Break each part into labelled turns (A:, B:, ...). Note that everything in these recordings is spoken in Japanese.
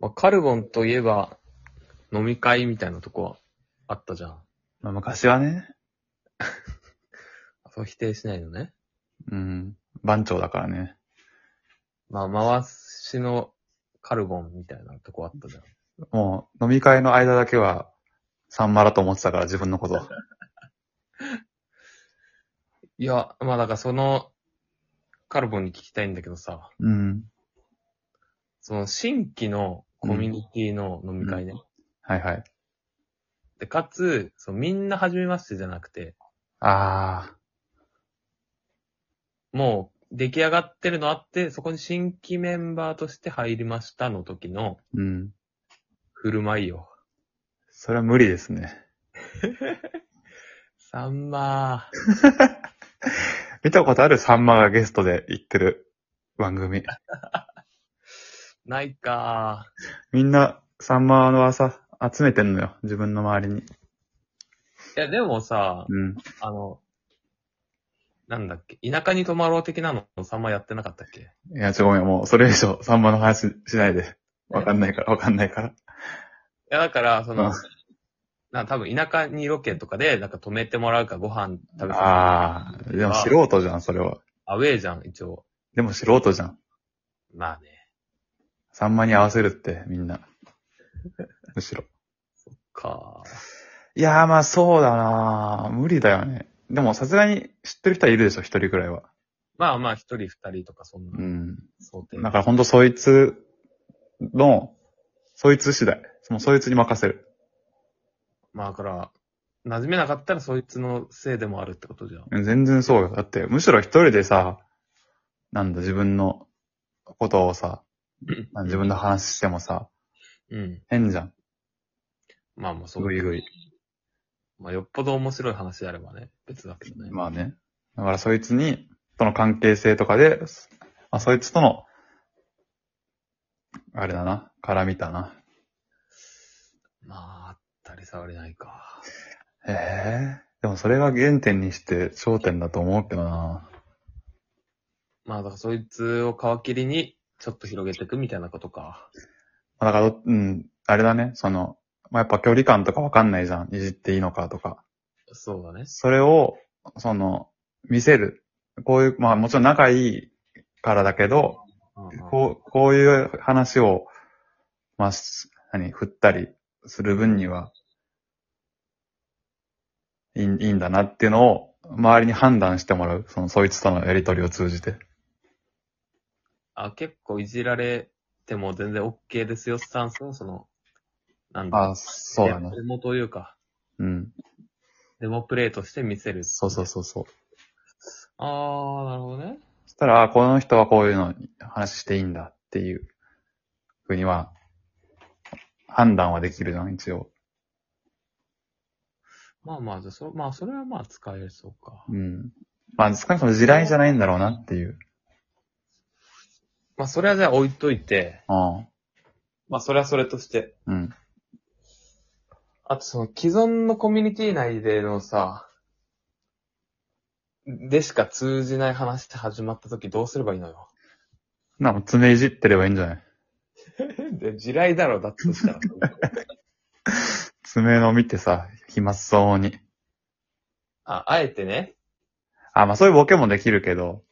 A: まあ、カルボンといえば、飲み会みたいなとこはあったじゃん。
B: まあ昔はね、
A: そう否定しないのね。
B: うん、番長だからね。
A: まあ、回しのカルボンみたいなとこあったじゃん。
B: もう飲み会の間だけは、サンマラと思ってたから自分のこと。
A: いや、まあだからその、カルボンに聞きたいんだけどさ、
B: うん。
A: その新規のコミュニティの飲み会ね。
B: はいはい。
A: で、かつ、そのみんな初めましてじゃなくて、
B: あ
A: もう出来上がってるのあって、そこに新規メンバーとして入りましたの時の
B: ー、うん。
A: 振る舞いよ。
B: それは無理ですね。
A: サンマー。
B: 見たことあるサンマがゲストで行ってる番組。
A: ないか
B: みんな、サンマの朝、集めてんのよ。自分の周りに。
A: ー。いや、でもさ、
B: うん。
A: あの、なんだっけ、田舎に泊まろう的なの、サンマやってなかったっけ
B: いや、ちょ、ごめん。もう、それ以上、サンマの話しないで。わかんないから、わかんないから。
A: いや、だから、その
B: うん、
A: な多分田舎にロケとかで、なんか泊めてもらうかご飯食べさ
B: ああ、でも素人じゃん、それは。
A: アウェーじゃん、一応。
B: でも素人じゃん。
A: まあね。
B: サンマに合わせるって、みんな。むしろ。
A: か
B: いやー、まあそうだな無理だよね。でもさすがに知ってる人はいるでしょ、一人くらいは。
A: まあまあ、一人二人とか、そん
B: う
A: な、
B: ん。
A: 想定。
B: だからほんとそいつの、そいつ次第。もうそいつに任せる。
A: まあ、だから、馴染めなかったら、そいつのせいでもあるってことじゃん。
B: 全然そうよ。だって、むしろ一人でさ、なんだ、自分のことをさ、なん自分の話してもさ、
A: うん。
B: 変じゃん。
A: まあまあ、そう。
B: ぐいぐい。
A: まあ、よっぽど面白い話であればね、別だけどね。
B: まあね。だからそいつに、との関係性とかで、まあそいつとの、あれだな、絡みたな。
A: まあ、あったり触れないか。
B: へえ。でもそれが原点にして焦点だと思うけどな。
A: まあ、だから、そいつを皮切りに、ちょっと広げていくみたいなことか。
B: まあだからど、うん、あれだね、その、まあ、やっぱ距離感とかわかんないじゃん。いじっていいのかとか。
A: そうだね。
B: それを、その、見せる。こういう、まあもちろん仲いいからだけど、
A: うんうん
B: こう、こういう話を、まあ、し何、振ったりする分には、いいいいんだなっていうのを、周りに判断してもらう。その、そいつとのやりとりを通じて。
A: あ、結構いじられても全然 OK ですよ、スタンスの、その、なんだ。
B: あ、そうだね
A: デ。モというか、
B: うん。
A: デモプレイとして見せる。
B: そうそうそうそう。
A: あー、なるほどね。
B: そしたら、あこの人はこういうのに話していいんだっていうふうには、判断はできるじゃん、一応。
A: まあまあ、じゃあそ、まあ、それはまあ使えそうか。
B: うん。まあ、少なくとも地雷じゃないんだろうなっていう。
A: まあ、それはじゃあ置いといて、
B: うん。
A: まあ、それはそれとして。
B: うん。
A: あと、その、既存のコミュニティ内でのさ、でしか通じない話って始まった時どうすればいいのよ。
B: なんか爪いじってればいいんじゃない
A: で、地雷だろ、だとしたら。
B: 爪の見てさ、暇そうに。
A: あ、あえてね、
B: あ、まあそういうボケもできるけど、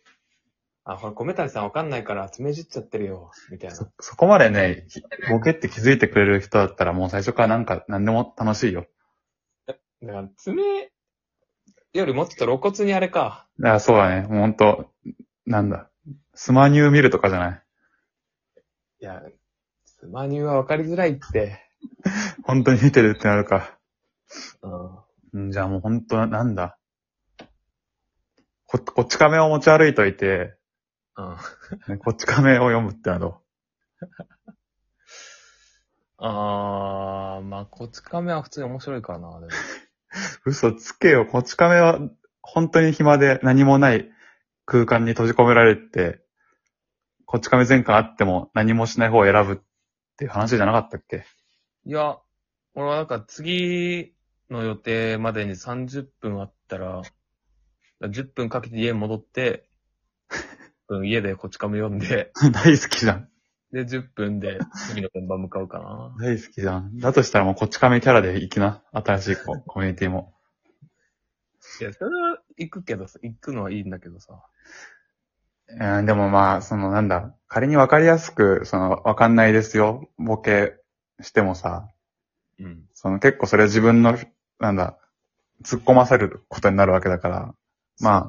A: あ、ほら、米谷さんわかんないから、爪いじっちゃってるよ、みたいな。
B: そ、そこまでね、ひボケって気づいてくれる人だったらもう最初からなんか何でも楽しいよ。
A: だから、爪よりもちょっと露骨にあれか。
B: だからそうだね、もうほんと、なんだ、スマニュー見るとかじゃない
A: いや、スマニューはわかりづらいって。
B: 本当に見てるってなるか。
A: うん。
B: うん、じゃあもうほんと、なんだ。こ、こっち亀を持ち歩いといて、
A: うん。
B: ねこっち亀を読むってなど
A: あー、まあ、こち亀は普通に面白いからな、でも。
B: う。嘘つけよ、こっち亀は本当に暇で何もない空間に閉じ込められて、こっち亀全巻あっても何もしない方を選ぶっていう話じゃなかったっけ
A: いや、俺はなんか次の予定までに30分あったら、10分 かけて家に戻って、うん、家でこち亀読んで、
B: 大好きじゃん。
A: で、10分で次の現場向かうか な。
B: 大好きじゃん。だとしたらもうこち亀キャラで行きな。新しいココミュニティも。
A: いや、それは行くけどさ、行くのはいいんだけどさ。
B: うん、でもまあ、そのなんだ、仮にわかりやすく、その、わかんないですよ、ボケしてもさ、
A: うん。
B: その結構それは自分の、なんだ、突っ込まされることになるわけだから、まあ、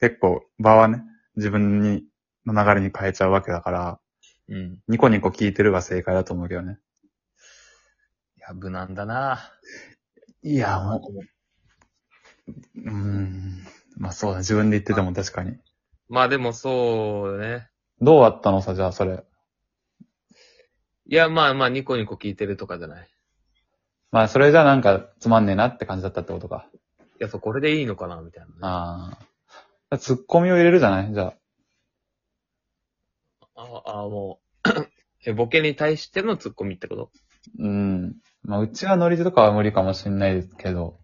B: 結構場はね、自分に、の流れに変えちゃうわけだから、
A: うん。
B: ニコニコ聞いてるが正解だと思うけどね。
A: いや、無難だないい
B: や、もう、うーん。まあそうだ、自分で言ってても確かに。
A: まあでもそうね。
B: どうあったのさ、じゃあそれ。
A: いや、まあまあ、ニコニコ聞いてるとかじゃない。い
B: まあそれじゃなんかつまんねえなって感じだったってことか。
A: や、そう、これでいいのかな、みたいな、ね。
B: ああ。ツッコミを入れるじゃないじゃあ。
A: ああ、もう え、ボケに対してのツッコミってこと
B: うん。まあうちはノリとかは無理かもしんないですけど。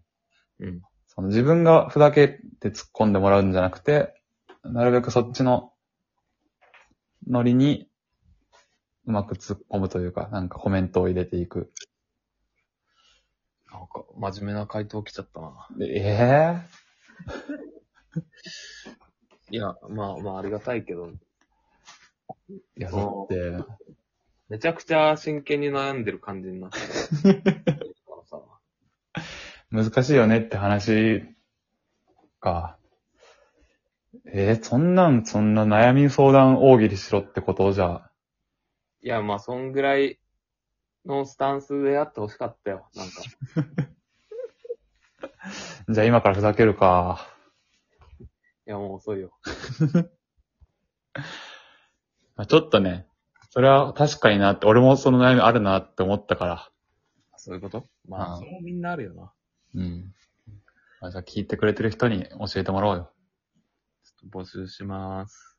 A: うん。
B: その自分がふざけて突っ込んでもらうんじゃなくて、なるべくそっちのノリにうまく突っ込むというか、なんかコメントを入れていく。
A: なんか、真面目な回答来ちゃったな。
B: でえ
A: いや、まあまあ、ありがたいけど、
B: えいや、そうっ
A: めちゃくちゃ真剣に悩んでる感じになってるから さ。
B: て、難しいよねって話か。ええそんなん、そんな悩み相談大喜利しろってことじゃあ。
A: いや、まあ、そんぐらいのスタンスでやってほしかったよ。なんか、
B: じゃあ今からふざけるか。
A: いや、もう遅いよ。
B: まあ、ちょっとね、それは確かになって、俺もその悩みあるなって思ったから。
A: そういうことま
B: ああ
A: あ、それもみんなあるよな。
B: うん。あじゃあ聞いてくれてる人に教えてもらおうよ。
A: ちょっと募集します。